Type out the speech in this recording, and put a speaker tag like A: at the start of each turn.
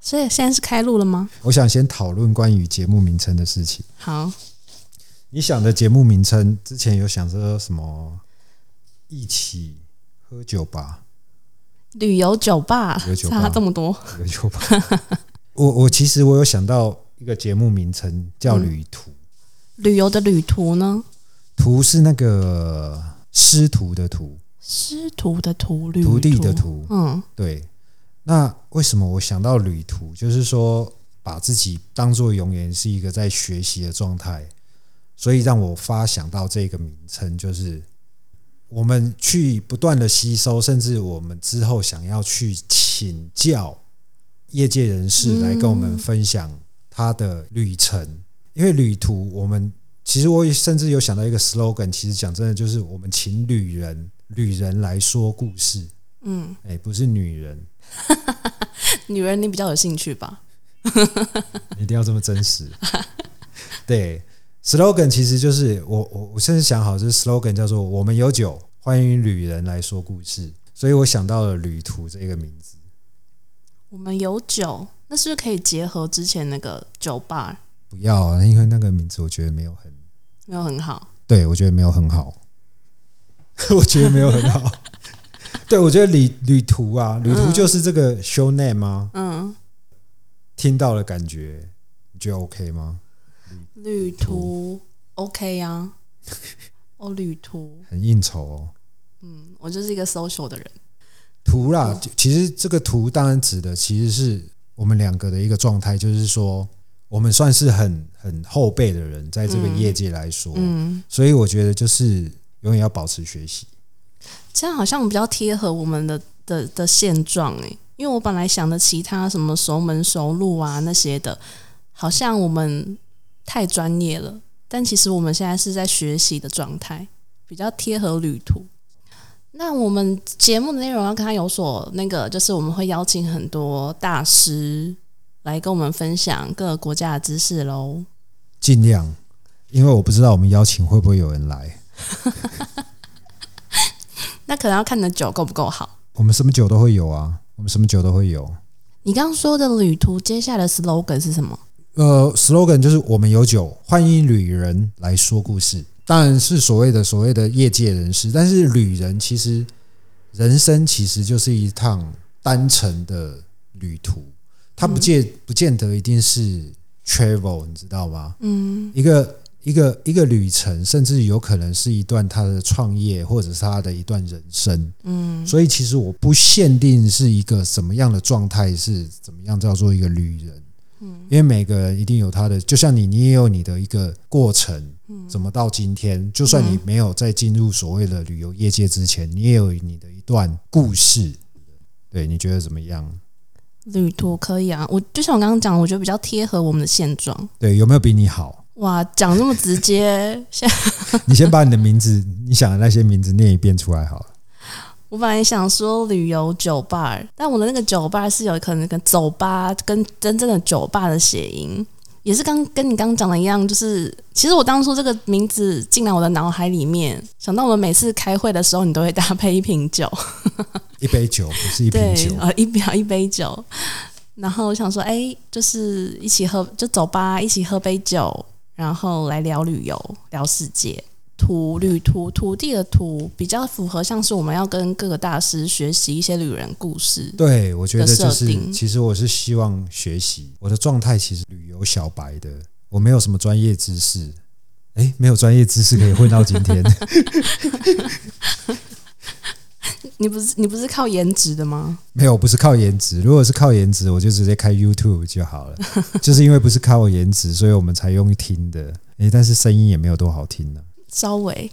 A: 所以现在是开录了吗？
B: 我想先讨论关于节目名称的事情。
A: 好，
B: 你想的节目名称，之前有想着什么？一起喝酒吧，
A: 旅游酒吧
B: 旅游酒吧
A: 差这么多，
B: 喝酒吧。 我我其实我有想到一个节目名称叫
A: 嗯
B: 《旅途》，
A: 旅游的旅途呢？
B: 途是那个师徒的途，
A: 师徒的徒，旅
B: 徒弟的
A: 途，
B: 途。
A: 嗯，
B: 对，那为什么我想到旅途，就是说把自己当做永远是一个在学习的状态，所以让我发想到这个名称，就是我们去不断的吸收，甚至我们之后想要去请教业界人士来跟我们分享他的旅程，因为旅途我们。其实我也甚至有想到一个 slogan，其实讲真的，就是我们请旅人旅人来说故事，嗯，哎，不是女人，
A: 女人你比较有兴趣吧？
B: 一定要这么真实。对，slogan 其实就是我我我甚至想好，这 slogan 叫做“我们有酒，欢迎旅人来说故事”，所以我想到了“旅途”这个名字。
A: 我们有酒，那是不是可以结合之前那个酒吧？
B: 不要、啊，因为那个名字我觉得没有很，
A: 没有很好，
B: 对我觉得没有很好， 我觉得没有很好。 对，我觉得旅旅途啊，旅途就是这个 show name 啊，
A: 嗯，
B: 听到了感觉，你觉得 OK 吗？
A: 旅途 OK 啊，哦，旅途，
B: 很应酬哦。
A: 嗯，我就是一个 social 的人，
B: 图啦，就其实这个图当然指的其实是我们两个的一个状态，就是说我们算是很很后辈的人，在这个业界来说，
A: 嗯，
B: 所以我觉得就是永远要保持学习。
A: 这样好像比较贴合我们的的的现状诶、因为我本来想的其他什么熟门熟路啊那些的，好像我们太专业了，但其实我们现在是在学习的状态，比较贴合旅途。那我们节目的内容要跟他有所那个，就是我们会邀请很多大师来跟我们分享各个国家的知识喽。
B: 尽量，因为我不知道我们邀请会不会有人来，
A: 那可能要看你的酒够不够好。
B: 我们什么酒都会有啊，我们什么酒都会有。
A: 你刚刚说的旅途，接下来的 slogan 是什么？
B: 呃，slogan 就是我们有酒，欢迎旅人来说故事。当然是所谓的所谓的业界人士，但是旅人其实人生其实就是一趟单程的旅途，它不见、不见得一定是 travel，你知道吗？
A: 嗯
B: 一个一个一个旅程，甚至有可能是一段他的创业，或者是他的一段人生。
A: 嗯，
B: 所以其实我不限定是一个什么样的状态是怎么样叫做一个旅人，嗯，因为每个人一定有他的，就像你，你也有你的一个过程，嗯，怎么到今天，就算你没有在进入所谓的旅游业界之前，你也有你的一段故事，对，你觉得怎么样？
A: 旅途可以啊，我就像我刚刚讲，我觉得比较贴合我们的现状。
B: 对，有没有比你好？
A: 哇，讲这么直接， 现在
B: 你先把你的名字，你想的那些名字念一遍出来好了。
A: 我本来想说旅游酒吧，但我的那个酒吧是有可能跟走吧跟真正的酒吧的谐音，也是刚跟你刚刚讲的一样，就是其实我当初这个名字进来我的脑海里面，想到我们每次开会的时候，你都会搭配一瓶酒，
B: 一杯酒不是一瓶
A: 对
B: 酒，
A: 呃，一表一杯 酒。然后我想说，哎，就是一起喝，就走吧，一起喝杯酒，然后来聊旅游，聊世界。土旅途土地的土比较符合，像是我们要跟各个大师学习一些旅人故事。
B: 对，我觉得
A: 的
B: 就
A: 设
B: 是，
A: 定
B: 其实我是希望学习我的状态，其实旅游小白的，我没有什么专业知识，诶，没有专业知识可以混到今天，
A: 你不是你不是靠颜值的吗？
B: 没有，不是靠颜值，如果是靠颜值，我就直接开 YouTube 就好了，就是因为不是靠我颜值，所以我啊们才用听的，诶，但是声音也没有多好听呢、
A: 稍微